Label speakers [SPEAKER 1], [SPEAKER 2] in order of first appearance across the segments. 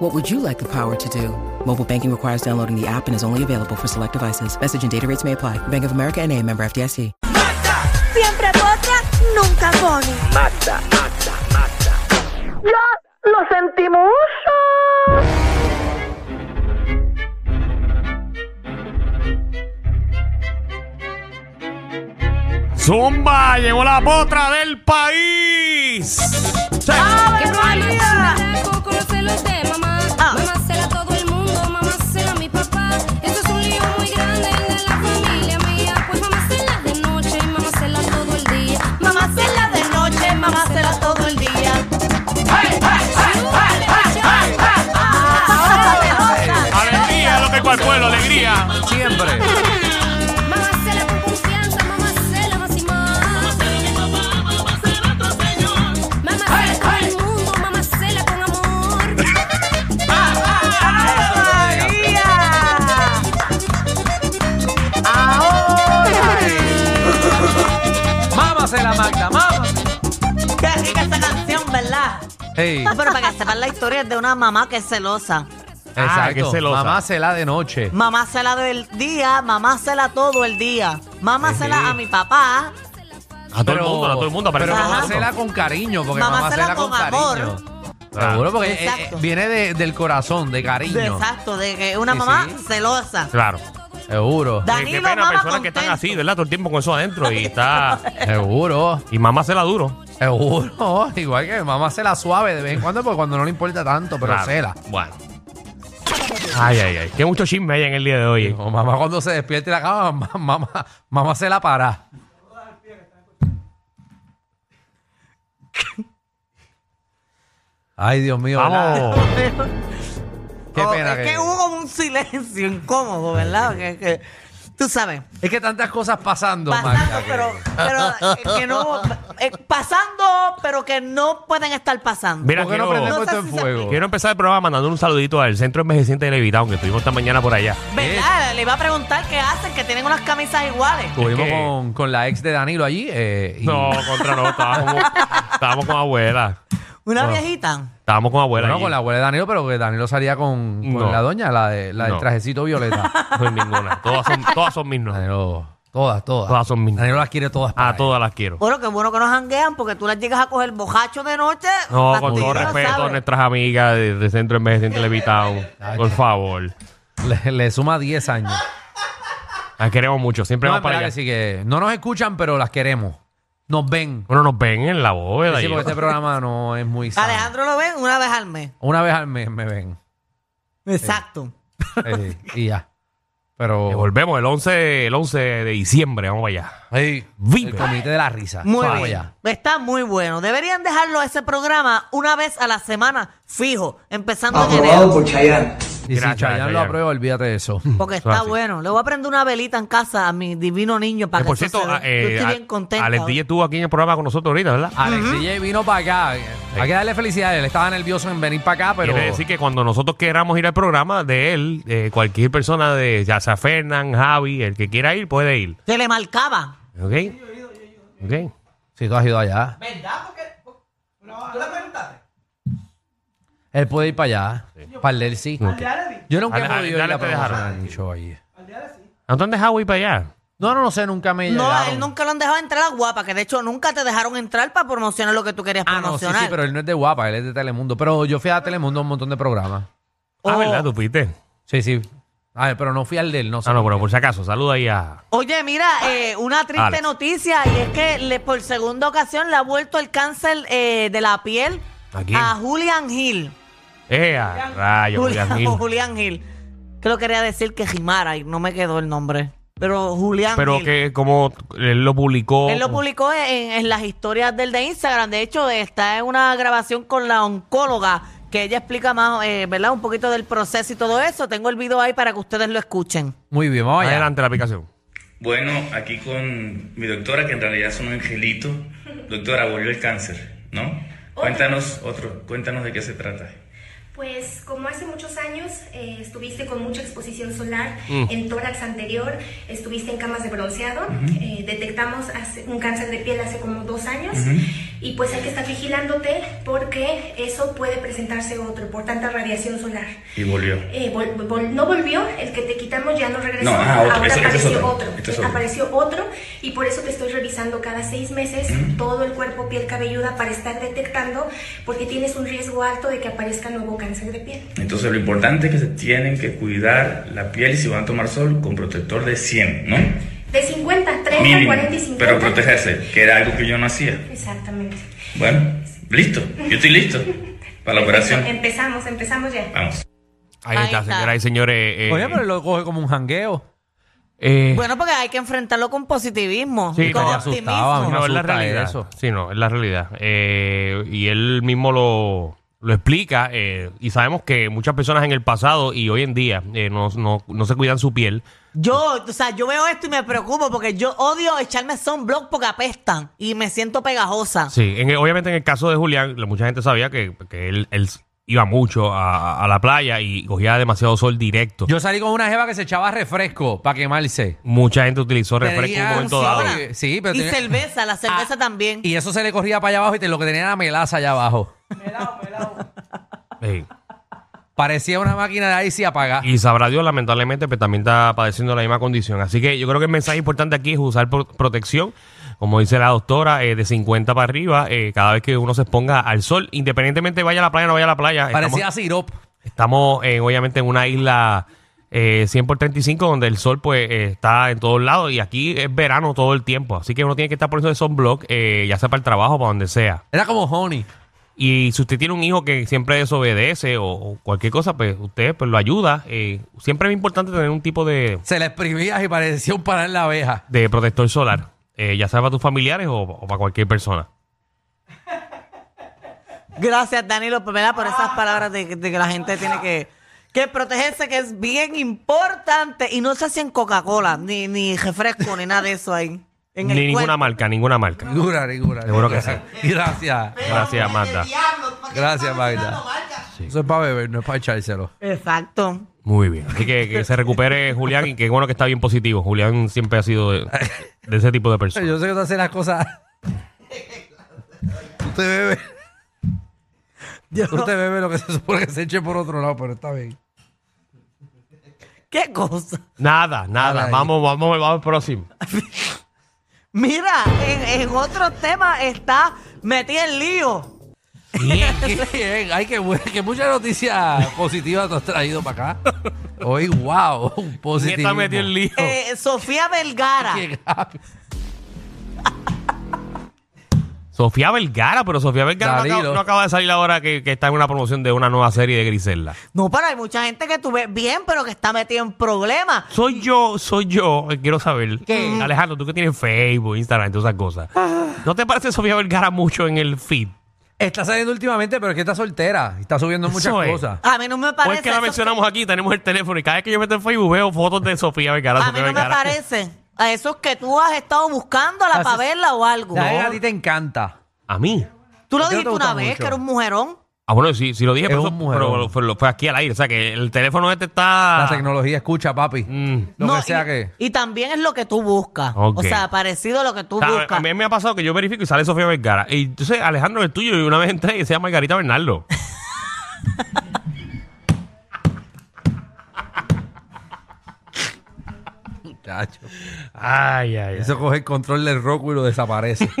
[SPEAKER 1] What would you like the power to do? Mobile banking requires downloading the app and is only available for select devices. Message and data rates may apply. Bank of America and a member FDIC.
[SPEAKER 2] Siempre potra, nunca pone.
[SPEAKER 3] ¡Lo sentimos!
[SPEAKER 4] Zumba, llegó la potra del país. Sí.
[SPEAKER 2] Ah.
[SPEAKER 5] Que María. conoce los de mamá. Mamá será todo el mundo, mamá será mi papá. Eso es un lío muy grande el de la familia mía. Pues mamá será de noche, mamá será todo el día.
[SPEAKER 2] Mamá la de noche, mamá la todo el día.
[SPEAKER 4] Alegría, es lo que cual pueblo, alegría. Siempre.
[SPEAKER 5] Mamá será con confianza, mamá será más y más. Mamá será mi papá, mamá será tu señor. Mamá será todo el mundo, mamá será con amor.
[SPEAKER 6] Mámase la Magda, mámase.
[SPEAKER 2] Qué rica esa canción, ¿verdad?
[SPEAKER 6] Ey,
[SPEAKER 2] No, pero para que sepan la historia es de una mamá que es celosa.
[SPEAKER 4] Ah, que
[SPEAKER 6] exacto.
[SPEAKER 4] celosa.
[SPEAKER 6] Mamá se la de noche.
[SPEAKER 2] Mamá la del día, mamá la todo el día. Mamá la a mi papá,
[SPEAKER 4] A todo el mundo, a todo el mundo. aparece
[SPEAKER 6] Pero
[SPEAKER 4] todo el
[SPEAKER 6] mamá
[SPEAKER 4] mundo.
[SPEAKER 6] se la con cariño, porque
[SPEAKER 2] Mamá
[SPEAKER 6] mamá,
[SPEAKER 2] se la
[SPEAKER 6] se la con,
[SPEAKER 2] con amor.
[SPEAKER 6] cariño. Seguro, porque eh,
[SPEAKER 2] Exacto.
[SPEAKER 6] eh, viene de- del corazón, de cariño.
[SPEAKER 2] de exacto, de que una
[SPEAKER 6] Sí,
[SPEAKER 2] mamá
[SPEAKER 6] sí.
[SPEAKER 2] celosa.
[SPEAKER 4] Claro.
[SPEAKER 6] Seguro,
[SPEAKER 2] Da-
[SPEAKER 4] Eh, Qué
[SPEAKER 2] Danilo,
[SPEAKER 4] pena
[SPEAKER 2] mamá,
[SPEAKER 4] personas que están
[SPEAKER 2] contento.
[SPEAKER 4] así, ¿verdad? Todo el tiempo con eso adentro y está...
[SPEAKER 6] seguro,
[SPEAKER 4] Y mamá se la duro.
[SPEAKER 6] seguro. Igual que mamá se la suave de vez en cuando, porque cuando no le importa tanto, pero
[SPEAKER 4] Claro.
[SPEAKER 6] se la.
[SPEAKER 4] Bueno. Ay, ay, ay. Qué mucho chisme hay en el día de hoy.
[SPEAKER 6] O mamá cuando se despierte de la cama, mamá, mamá, mamá se la para. Ay, Dios mío. ¿verdad?
[SPEAKER 4] Vamos.
[SPEAKER 6] Qué
[SPEAKER 2] Oh,
[SPEAKER 6] pena
[SPEAKER 2] es que...
[SPEAKER 6] que-
[SPEAKER 2] hubo como un silencio incómodo, ¿verdad? Que- que- tú sabes.
[SPEAKER 6] Es que tantas cosas pasando,
[SPEAKER 2] Pasando,
[SPEAKER 6] Magda, que-
[SPEAKER 2] pero, pero que no. eh, pasando, pero que no pueden estar pasando.
[SPEAKER 4] Mira,
[SPEAKER 6] ¿Por qué no
[SPEAKER 4] quiero,
[SPEAKER 6] prendemos
[SPEAKER 2] No sé
[SPEAKER 6] esto
[SPEAKER 2] si
[SPEAKER 6] en
[SPEAKER 2] se
[SPEAKER 6] fuego?
[SPEAKER 4] quiero empezar el programa mandando un saludito al Centro Envejeciente de Levitown, que estuvimos esta mañana por allá. eh.
[SPEAKER 2] ¿Verdad? Le iba a preguntar qué hacen, que tienen unas camisas iguales.
[SPEAKER 6] Estuvimos
[SPEAKER 4] Es que-
[SPEAKER 6] con, con la ex de Danilo allí. eh, y-
[SPEAKER 4] No, contra no. Estábamos, estábamos con abuela.
[SPEAKER 2] Una
[SPEAKER 4] No.
[SPEAKER 2] viejita.
[SPEAKER 4] Estábamos con abuela.
[SPEAKER 6] Bueno,
[SPEAKER 4] allí.
[SPEAKER 6] con la abuela de Danilo, pero que Danilo salía con, con
[SPEAKER 4] No.
[SPEAKER 6] la doña, la, de, la
[SPEAKER 4] No.
[SPEAKER 6] del trajecito violeta.
[SPEAKER 4] No hay ninguna. Todas son, todas son mis nuevas.
[SPEAKER 6] Danilo, todas, todas.
[SPEAKER 4] Todas son mías.
[SPEAKER 6] Danilo las quiere todas. para
[SPEAKER 4] A
[SPEAKER 6] él.
[SPEAKER 4] todas las quiero.
[SPEAKER 2] Bueno, qué bueno que nos janguean porque tú las llegas a coger bojacho de noche.
[SPEAKER 4] No,
[SPEAKER 2] las
[SPEAKER 4] con todo
[SPEAKER 2] tiras,
[SPEAKER 4] respeto a
[SPEAKER 2] ¿sabes?
[SPEAKER 4] nuestras amigas de, de Centro Envejeciente Levitown. Por favor.
[SPEAKER 6] Le, le suma 10 años.
[SPEAKER 4] Las queremos mucho. Siempre
[SPEAKER 6] No,
[SPEAKER 4] vamos para
[SPEAKER 6] en verdad
[SPEAKER 4] allá.
[SPEAKER 6] que sí que no nos escuchan, pero las queremos. Nos ven.
[SPEAKER 4] Bueno, nos ven en la bóveda.
[SPEAKER 6] Sí,
[SPEAKER 4] y-
[SPEAKER 6] porque este programa no es muy sano.
[SPEAKER 2] Alejandro lo ven una vez al mes.
[SPEAKER 6] Una vez al mes me ven.
[SPEAKER 2] Exacto.
[SPEAKER 6] Eh, y ya.
[SPEAKER 4] Eh,
[SPEAKER 6] Pero
[SPEAKER 4] Volvemos el 11, el 11 de diciembre. Vamos para allá.
[SPEAKER 6] el
[SPEAKER 4] Vive.
[SPEAKER 6] comité de la risa.
[SPEAKER 2] Muy
[SPEAKER 6] Vamos
[SPEAKER 2] bien.
[SPEAKER 6] allá.
[SPEAKER 2] Está muy bueno. Deberían dejarlo ese programa una vez a la semana, fijo, empezando en enero.
[SPEAKER 7] por Chayanne.
[SPEAKER 6] Y si
[SPEAKER 4] Gracias,
[SPEAKER 6] Chayanne lo
[SPEAKER 4] Chayanne.
[SPEAKER 6] aprueba, olvídate de eso.
[SPEAKER 2] Porque
[SPEAKER 4] Eso
[SPEAKER 2] está
[SPEAKER 4] así.
[SPEAKER 2] bueno. Le voy a prender una velita en casa a mi divino niño para
[SPEAKER 4] Que
[SPEAKER 2] que
[SPEAKER 4] por
[SPEAKER 2] eso
[SPEAKER 4] cierto,
[SPEAKER 2] se
[SPEAKER 4] a-
[SPEAKER 2] vea.
[SPEAKER 4] eh,
[SPEAKER 2] Yo estoy
[SPEAKER 4] a-
[SPEAKER 2] bien contenta.
[SPEAKER 4] Alex
[SPEAKER 2] hoy.
[SPEAKER 4] DJ estuvo aquí en el programa con nosotros ahorita, ¿verdad?
[SPEAKER 6] Alex DJ vino para acá. Hay que darle felicidades. Él estaba nervioso en venir para acá, pero.
[SPEAKER 4] Quiere decir que cuando nosotros queramos ir al programa de él, eh, cualquier persona de ya sea Fernán, Javi, el que quiera ir, puede ir.
[SPEAKER 2] Que le marcaba.
[SPEAKER 4] ¿Ok? ¿Ok?
[SPEAKER 6] Si tú has ido allá. ¿Verdad? Porque. ¿Tú le preguntaste? Él puede ir para allá. Para el del sí. Yo nunca
[SPEAKER 4] Al-
[SPEAKER 6] he
[SPEAKER 4] al-
[SPEAKER 6] podido ir a
[SPEAKER 4] dale,
[SPEAKER 6] la
[SPEAKER 4] te dejaron.
[SPEAKER 6] promoción del show allí.
[SPEAKER 4] ¿A dónde es Javi para allá?
[SPEAKER 6] No, no, no sé, nunca me
[SPEAKER 2] No, a
[SPEAKER 6] llegaron.
[SPEAKER 2] él nunca lo han dejado entrar a Guapa, que de hecho nunca te dejaron entrar para promocionar lo que tú querías
[SPEAKER 6] Ah, no, sí,
[SPEAKER 2] promocionar.
[SPEAKER 6] sí, pero él no es de guapa, él es de Telemundo. Pero yo fui a Telemundo a un montón de programas.
[SPEAKER 4] Ah,
[SPEAKER 2] Oh.
[SPEAKER 4] ¿verdad? ¿Tú fuiste?
[SPEAKER 6] Sí, sí. A ver, pero no fui al de él, no sé.
[SPEAKER 4] Ah, no, pero por si acaso, saluda ahí a...
[SPEAKER 2] Oye, mira, eh, una triste
[SPEAKER 4] Alex.
[SPEAKER 2] noticia y es que le, por segunda ocasión le ha vuelto el cáncer eh, de la piel
[SPEAKER 4] ¿A quién?
[SPEAKER 2] Julian Hill.
[SPEAKER 4] Eh, a rayo, Julián Gil.
[SPEAKER 2] Julian Hill. Creo que quería decir que Jimara y no me quedó el nombre. Pero Julian
[SPEAKER 4] Pero
[SPEAKER 2] Hill.
[SPEAKER 4] que como él lo publicó...
[SPEAKER 2] Él lo publicó en, en las historias del de Instagram. De hecho, está en una grabación con la oncóloga que ella explica más, eh, ¿verdad? Un poquito del proceso y todo eso. Tengo el video ahí para que ustedes lo escuchen.
[SPEAKER 6] Muy bien, vamos allá.
[SPEAKER 4] Adelante la aplicación.
[SPEAKER 7] Bueno, aquí con mi doctora, que en realidad es un angelito. Doctora, volvió el cáncer, ¿no? Cuéntanos otro, cuéntanos de qué se trata.
[SPEAKER 8] Pues como hace muchos años eh, estuviste con mucha exposición solar en tórax anterior, estuviste en camas de bronceado, eh, detectamos hace- un cáncer de piel hace como dos años y pues hay que estar vigilándote porque eso puede presentarse otro por tanta radiación solar.
[SPEAKER 7] Y volvió.
[SPEAKER 8] Eh, vol- vol- no volvió, el que te quitamos ya no
[SPEAKER 7] No,
[SPEAKER 8] regresó,
[SPEAKER 7] ah, otro,
[SPEAKER 8] ahora
[SPEAKER 7] ese- ese es
[SPEAKER 8] apareció
[SPEAKER 7] otro,
[SPEAKER 8] otro,
[SPEAKER 7] este es otro.
[SPEAKER 8] apareció otro y por eso te estoy revisando cada seis meses todo el cuerpo, piel, cabelluda para estar detectando porque tienes un riesgo alto de que aparezca nuevo cáncer de piel.
[SPEAKER 7] Entonces lo importante es que se tienen que cuidar la piel y si van a tomar sol con protector de 100, ¿no?
[SPEAKER 8] De 50, 30,
[SPEAKER 7] Mínimo,
[SPEAKER 8] 40 y 50.
[SPEAKER 7] pero protegerse, que era algo que yo no hacía.
[SPEAKER 8] Exactamente.
[SPEAKER 7] Bueno, listo, yo estoy listo para la operación.
[SPEAKER 8] Empezamos, empezamos ya.
[SPEAKER 7] Vamos.
[SPEAKER 4] Ahí,
[SPEAKER 2] Ahí
[SPEAKER 4] está,
[SPEAKER 2] está.
[SPEAKER 4] señoras y señores. eh,
[SPEAKER 6] Oye, pero lo coge como un jangueo.
[SPEAKER 4] eh,
[SPEAKER 2] Bueno, porque hay que enfrentarlo con positivismo.
[SPEAKER 4] Sí,
[SPEAKER 2] con
[SPEAKER 4] me
[SPEAKER 6] asustaba,
[SPEAKER 2] optimismo.
[SPEAKER 6] me
[SPEAKER 4] no es la
[SPEAKER 6] asusta
[SPEAKER 4] realidad.
[SPEAKER 6] eso.
[SPEAKER 4] Sí, no, es la realidad. Eh, y él mismo lo, lo explica. eh, y sabemos que muchas personas en el pasado y hoy en día eh, no, no- no se cuidan su piel.
[SPEAKER 2] Yo, o sea, yo veo esto y me preocupo porque yo odio echarme sunblock porque apestan y me siento pegajosa.
[SPEAKER 4] Sí, en el- obviamente en el caso de Julián, la- mucha gente sabía que, que él, él iba mucho a, a la playa y cogía demasiado sol directo.
[SPEAKER 6] Yo salí con una jeva que se echaba refresco para quemarse.
[SPEAKER 4] mucha gente utilizó refresco en
[SPEAKER 6] Tenía
[SPEAKER 4] un momento
[SPEAKER 6] ansiedad.
[SPEAKER 4] dado.
[SPEAKER 2] Ahora,
[SPEAKER 6] Sí, pero
[SPEAKER 2] y
[SPEAKER 6] tenía-
[SPEAKER 2] cerveza, la cerveza
[SPEAKER 6] Ah,
[SPEAKER 2] también.
[SPEAKER 6] Y eso se le corría para allá abajo y te- lo que tenía era melaza allá abajo.
[SPEAKER 4] Sí.
[SPEAKER 6] Parecía una máquina de ahí sí apagada.
[SPEAKER 4] Y sabrá Dios, lamentablemente, pues también está padeciendo la misma condición. Así que yo creo que el mensaje importante aquí es usar pro- protección, como dice la doctora, eh, de 50 para arriba, eh, cada vez que uno se exponga al sol, independientemente vaya a la playa o no vaya a la playa.
[SPEAKER 6] Parecía
[SPEAKER 4] Estamos,
[SPEAKER 6] sirop.
[SPEAKER 4] estamos, eh, obviamente en una isla eh, 100 por 35 donde el sol pues eh, está en todos lados y aquí es verano todo el tiempo. Así que uno tiene que estar por eso de sunblock, eh, ya sea para el trabajo o para donde sea.
[SPEAKER 6] Era como honey.
[SPEAKER 4] Y si usted tiene un hijo que siempre desobedece o, o cualquier cosa, pues usted pues, lo ayuda. Eh, siempre es importante tener un tipo de,
[SPEAKER 6] Se la exprimías y parecía un panal en la abeja.
[SPEAKER 4] de protector solar, eh, ya sea para tus familiares o, o para cualquier persona.
[SPEAKER 2] Gracias, Danilo, ¿verdad? por esas palabras de, de que la gente tiene que, que protegerse, que es bien importante. Y no se hacen Coca-Cola, ni, ni refresco, ni nada de eso ahí. En
[SPEAKER 4] Ni
[SPEAKER 2] el
[SPEAKER 4] ninguna
[SPEAKER 2] cuerpo.
[SPEAKER 4] marca, ninguna marca.
[SPEAKER 6] Ninguna, ninguna.
[SPEAKER 4] Seguro que sí.
[SPEAKER 6] Gracias.
[SPEAKER 4] Gracias, Magda.
[SPEAKER 6] Gracias, Magda. Eso es para beber, no es para echárselo.
[SPEAKER 2] Exacto.
[SPEAKER 4] Muy bien. Así que que se recupere Julián y qué bueno que está bien positivo. Julián siempre ha sido de, de ese tipo de persona.
[SPEAKER 6] Yo sé que tú haces las cosas. Usted bebe. Usted bebe lo que se supone que se eche por otro lado, pero está bien.
[SPEAKER 2] ¿Qué cosa?
[SPEAKER 4] Nada, nada.
[SPEAKER 6] Ay.
[SPEAKER 4] Vamos, vamos, vamos al próximo.
[SPEAKER 2] Mira, en, en otro tema está metida en lío.
[SPEAKER 6] Bien, bien. Ay, qué, bueno, que muchas noticias positivas tú has traído para acá. Hoy, wow, un
[SPEAKER 4] ¿Quién
[SPEAKER 6] positivo.
[SPEAKER 4] está metido en lío?
[SPEAKER 2] Eh, Sofía Vergara.
[SPEAKER 4] Sofía Vergara, pero Sofía Vergara no
[SPEAKER 6] Danilo.
[SPEAKER 4] acaba, no acaba de salir ahora que, que está en una promoción de una nueva serie de Griselda.
[SPEAKER 2] No, pero hay mucha gente que tú ves bien, pero que está metida en problemas.
[SPEAKER 4] Soy yo, soy yo, eh, quiero saber.
[SPEAKER 2] ¿Qué? Ah.
[SPEAKER 4] Alejandro, tú que tienes Facebook, Instagram y todas esas cosas. ¿No te parece Sofía Vergara mucho en el feed?
[SPEAKER 6] Está saliendo últimamente, pero es que está soltera. Está subiendo
[SPEAKER 4] Eso
[SPEAKER 6] muchas
[SPEAKER 4] es.
[SPEAKER 6] cosas.
[SPEAKER 2] A mí no me parece.
[SPEAKER 4] Pues que la
[SPEAKER 2] eso-
[SPEAKER 4] mencionamos aquí, tenemos el teléfono y cada vez que yo meto en Facebook veo fotos de Sofía Vergara.
[SPEAKER 2] A mí
[SPEAKER 4] Sofía
[SPEAKER 2] no me
[SPEAKER 4] Vergara.
[SPEAKER 2] parece. A esos que tú has estado buscando la
[SPEAKER 6] Haces-
[SPEAKER 2] pavela o algo.
[SPEAKER 6] Ya, A ti te encanta.
[SPEAKER 4] A mí.
[SPEAKER 2] Tú
[SPEAKER 6] ¿A
[SPEAKER 2] lo
[SPEAKER 6] ti no te
[SPEAKER 2] dijiste
[SPEAKER 6] gusta
[SPEAKER 2] una vez,
[SPEAKER 6] mucho?
[SPEAKER 2] que era un mujerón.
[SPEAKER 4] Ah, bueno, sí, sí lo dije,
[SPEAKER 6] Es
[SPEAKER 4] pero,
[SPEAKER 6] un
[SPEAKER 4] eso-
[SPEAKER 6] mujerón.
[SPEAKER 4] pero- pero fue aquí al aire. O sea, que el teléfono este está...
[SPEAKER 6] La tecnología escucha, papi.
[SPEAKER 4] Mm.
[SPEAKER 6] Lo
[SPEAKER 2] No,
[SPEAKER 6] que sea
[SPEAKER 2] y,
[SPEAKER 6] que.
[SPEAKER 2] y también es lo que tú buscas.
[SPEAKER 4] Ok.
[SPEAKER 2] O sea, parecido a lo que tú
[SPEAKER 4] O sea,
[SPEAKER 2] buscas.
[SPEAKER 4] a mí me ha pasado que yo verifico y sale Sofía Vergara. Y entonces Alejandro el tuyo y una vez entré y se llama Margarita Bernardo.
[SPEAKER 6] Chacho.
[SPEAKER 4] ay, ay, ay.
[SPEAKER 6] Eso coge el control del roco y lo desaparece.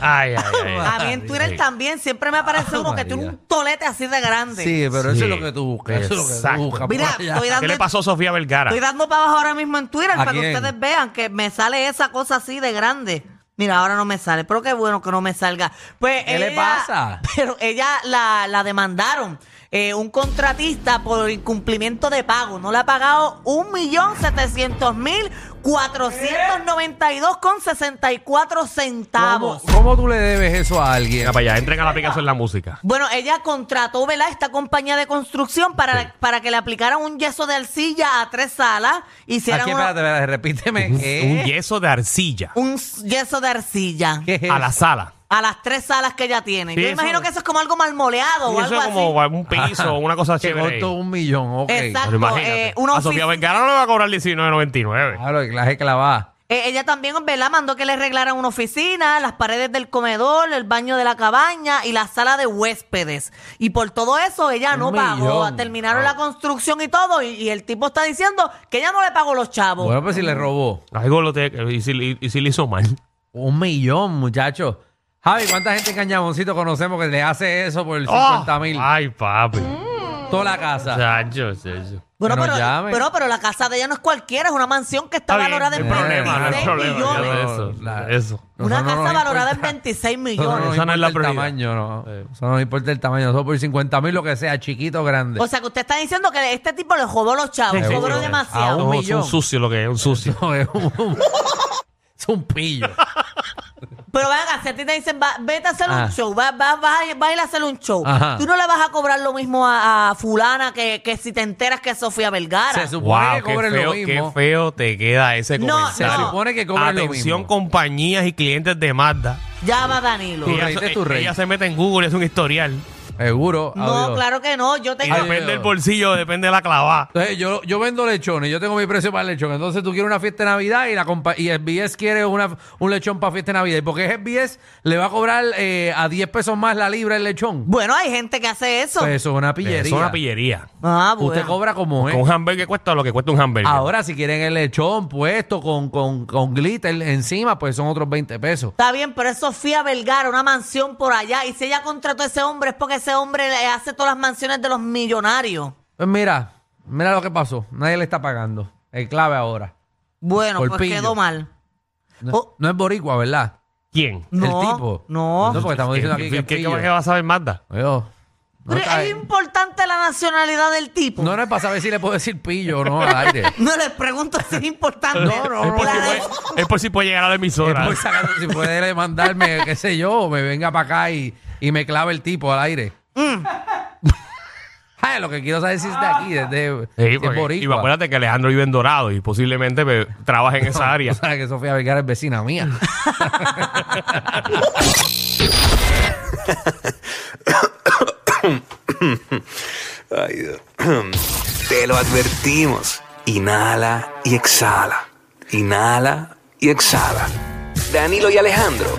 [SPEAKER 4] Ay, ay, ay.
[SPEAKER 2] A mí en Twitter
[SPEAKER 4] Sí.
[SPEAKER 2] también siempre me aparece uno que
[SPEAKER 6] Ah, María.
[SPEAKER 2] tiene un tolete así de grande.
[SPEAKER 6] sí, pero
[SPEAKER 4] Sí.
[SPEAKER 6] eso es lo que tú buscas. Eso es lo que
[SPEAKER 4] Exacto.
[SPEAKER 6] tú buscas.
[SPEAKER 2] Mira,
[SPEAKER 6] por allá.
[SPEAKER 2] estoy dando,
[SPEAKER 4] ¿Qué le pasó a Sofía Vergara?
[SPEAKER 2] estoy dando para abajo ahora mismo en Twitter
[SPEAKER 6] ¿A
[SPEAKER 2] para que
[SPEAKER 6] quién?
[SPEAKER 2] ustedes vean que me sale esa cosa así de grande. Mira, ahora no me sale, pero qué bueno que no me salga. Pues
[SPEAKER 6] ¿Qué le
[SPEAKER 2] ella-
[SPEAKER 6] pasa?
[SPEAKER 2] Pero ella la, la demandaron. eh, un contratista por incumplimiento de pago. No le ha pagado 1.700.492,64
[SPEAKER 6] ¿Cómo,
[SPEAKER 2] centavos.
[SPEAKER 6] cómo tú le debes eso a alguien?
[SPEAKER 4] Mira para allá, entren a la aplicación en la música.
[SPEAKER 2] Bueno, ella contrató, ¿verdad? Esta compañía de construcción para, para que le aplicaran un yeso de arcilla a tres salas. Hicieran
[SPEAKER 6] Aquí,
[SPEAKER 2] una-
[SPEAKER 6] espérate, espérate, repíteme.
[SPEAKER 4] Un,
[SPEAKER 6] ¿qué?
[SPEAKER 4] un yeso de arcilla
[SPEAKER 2] un yeso de arcilla
[SPEAKER 6] ¿Qué es
[SPEAKER 4] a la
[SPEAKER 6] eso?
[SPEAKER 4] sala.
[SPEAKER 2] a las tres salas que ella tiene.
[SPEAKER 4] Sí,
[SPEAKER 2] Yo
[SPEAKER 4] eso-
[SPEAKER 2] imagino que eso es como algo malmoleado
[SPEAKER 4] Y
[SPEAKER 2] o
[SPEAKER 4] eso
[SPEAKER 2] algo
[SPEAKER 4] es
[SPEAKER 2] así.
[SPEAKER 4] como un
[SPEAKER 6] Ajá.
[SPEAKER 4] piso, una cosa
[SPEAKER 6] que
[SPEAKER 4] chévere.
[SPEAKER 6] costó
[SPEAKER 4] ahí.
[SPEAKER 6] un millón, ok.
[SPEAKER 2] Exacto.
[SPEAKER 4] Pero imagínate.
[SPEAKER 2] eh, una
[SPEAKER 4] a Sofía
[SPEAKER 2] ofici-
[SPEAKER 4] Vergara no le va a cobrar 19.99.
[SPEAKER 6] Claro, que la que la va.
[SPEAKER 2] Eh, ella también, ¿verdad? Mandó que le arreglaran una oficina, las paredes del comedor, el baño de la cabaña y la sala de huéspedes. Y por todo eso ella
[SPEAKER 6] Un
[SPEAKER 2] no pagó.
[SPEAKER 6] millón.
[SPEAKER 2] Terminaron
[SPEAKER 4] Ah.
[SPEAKER 2] la
[SPEAKER 6] Wow.
[SPEAKER 2] construcción y todo y, y el tipo está diciendo que ella no le pagó los chavos.
[SPEAKER 6] Bueno, pues si le robó.
[SPEAKER 4] Algo lo te- y, si, y- y si le hizo mal.
[SPEAKER 6] Un millón, muchachos. Javi, ¿cuánta gente en Cañaboncito conocemos que le hace eso por 50
[SPEAKER 4] Oh,
[SPEAKER 6] mil?
[SPEAKER 4] ay, papi.
[SPEAKER 6] Toda la casa.
[SPEAKER 4] Chacho, chacho.
[SPEAKER 2] Bueno,
[SPEAKER 6] Que nos
[SPEAKER 2] pero,
[SPEAKER 6] llame.
[SPEAKER 2] pero, pero la casa de ella no es cualquiera, es una mansión que está,
[SPEAKER 4] Está bien,
[SPEAKER 2] valorada en
[SPEAKER 4] no hay problema, no hay
[SPEAKER 2] 26
[SPEAKER 4] problema, ya
[SPEAKER 2] millones.
[SPEAKER 4] sé eso,
[SPEAKER 6] Eh, La-
[SPEAKER 4] eso.
[SPEAKER 2] Una
[SPEAKER 6] Nosotros no
[SPEAKER 2] casa
[SPEAKER 6] nos
[SPEAKER 2] valorada
[SPEAKER 6] importa.
[SPEAKER 2] en 26
[SPEAKER 6] Nosotros
[SPEAKER 2] millones.
[SPEAKER 6] no nos
[SPEAKER 4] Esa no es la
[SPEAKER 6] importa el
[SPEAKER 4] prioridad.
[SPEAKER 6] tamaño, no. Eso no nos importa el tamaño. Nosotros por 50 mil, lo que sea, chiquito o grande.
[SPEAKER 2] O sea, que usted está diciendo que este tipo le jobó los chavos,
[SPEAKER 6] Sí, sí,
[SPEAKER 2] cobró
[SPEAKER 6] sí. Ah,
[SPEAKER 2] demasiado.
[SPEAKER 6] Aún- un
[SPEAKER 4] No, es
[SPEAKER 6] millón.
[SPEAKER 4] un sucio lo que es, un sucio.
[SPEAKER 6] No, es, un, es un pillo.
[SPEAKER 2] Pero van a hacer, te dicen, va- vete a hacer
[SPEAKER 6] Ah.
[SPEAKER 2] un show, va- va- vas a, vas a ir a hacer un show.
[SPEAKER 6] Ajá.
[SPEAKER 2] Tú no le vas a cobrar lo mismo a, a fulana que, que si te enteras que es Sofía
[SPEAKER 6] Se
[SPEAKER 2] Vergara.
[SPEAKER 6] supone
[SPEAKER 4] Wow,
[SPEAKER 6] que
[SPEAKER 4] qué
[SPEAKER 6] cobren
[SPEAKER 4] feo,
[SPEAKER 6] lo mismo.
[SPEAKER 4] qué feo te queda ese
[SPEAKER 2] No,
[SPEAKER 6] Se
[SPEAKER 4] comentario.
[SPEAKER 2] no.
[SPEAKER 6] supone que cobren lo
[SPEAKER 4] Atención,
[SPEAKER 6] mismo.
[SPEAKER 4] compañías y clientes de Mazda.
[SPEAKER 2] Ya va Danilo.
[SPEAKER 6] Tu Sí.
[SPEAKER 4] Ella,
[SPEAKER 6] rey, este es tu rey.
[SPEAKER 4] ella se mete en Google, es un historial.
[SPEAKER 6] Seguro.
[SPEAKER 2] No,
[SPEAKER 6] adiós.
[SPEAKER 2] claro que no. Yo
[SPEAKER 4] Y
[SPEAKER 2] tengo...
[SPEAKER 6] Ay,
[SPEAKER 4] depende
[SPEAKER 6] Dios.
[SPEAKER 4] del bolsillo, depende de la clavada.
[SPEAKER 6] Entonces, yo, yo vendo lechones, yo tengo mi precio para el lechón. Entonces, tú quieres una fiesta de Navidad y la compa- y SBS quiere una, un lechón para fiesta de Navidad. Y porque es SBS, le va a cobrar eh, a 10 pesos más la libra el lechón.
[SPEAKER 2] Bueno, hay gente que hace eso.
[SPEAKER 6] Pues eso es una pillería.
[SPEAKER 4] Es una pillería.
[SPEAKER 2] ah, bueno.
[SPEAKER 6] Usted cobra como es.
[SPEAKER 4] Con un hamburger cuesta lo que cuesta un hamburger.
[SPEAKER 6] Ahora, si quieren el lechón puesto con, con, con glitter encima, pues son otros 20 pesos.
[SPEAKER 2] Está bien, pero es Sofía Vergara, una mansión por allá. Y si ella contrató a ese hombre es porque ese hombre le hace todas las mansiones de los millonarios.
[SPEAKER 6] Pues mira, mira lo que pasó. Nadie le está pagando. El clave ahora.
[SPEAKER 2] Bueno,
[SPEAKER 6] Por
[SPEAKER 2] pues
[SPEAKER 6] pillo.
[SPEAKER 2] quedó mal.
[SPEAKER 6] No,
[SPEAKER 2] Oh.
[SPEAKER 6] no es boricua, ¿verdad?
[SPEAKER 4] ¿Quién?
[SPEAKER 2] No,
[SPEAKER 6] el tipo.
[SPEAKER 2] no.
[SPEAKER 6] No, porque estamos diciendo aquí que es
[SPEAKER 4] ¿Qué, qué,
[SPEAKER 6] pillo.
[SPEAKER 4] qué va a saber Mazda?
[SPEAKER 6] Oye, no,
[SPEAKER 2] Pero
[SPEAKER 6] está-
[SPEAKER 2] es importante la nacionalidad del tipo.
[SPEAKER 6] no, no es para saber si le puedo decir pillo o no al aire.
[SPEAKER 2] No les pregunto si es importante.
[SPEAKER 6] No, no,
[SPEAKER 4] Es por,
[SPEAKER 2] La
[SPEAKER 4] si
[SPEAKER 2] de-
[SPEAKER 4] puede, es por si puede llegar a la
[SPEAKER 6] Es
[SPEAKER 4] emisora.
[SPEAKER 6] por si acaso, si puede mandarme, qué sé yo, o me venga para acá y, y me clave el tipo al aire. Ay, lo que quiero saber es si es de aquí, desde
[SPEAKER 4] Sí,
[SPEAKER 6] si es
[SPEAKER 4] porque- y
[SPEAKER 6] boricua.
[SPEAKER 4] acuérdate que Alejandro vive en Dorado y posiblemente pues, trabaja en esa área.
[SPEAKER 6] O sea, que Sofía Vergara es vecina mía.
[SPEAKER 9] Ay, Dios. Te lo advertimos. Inhala y exhala. Inhala y exhala. Danilo y Alejandro,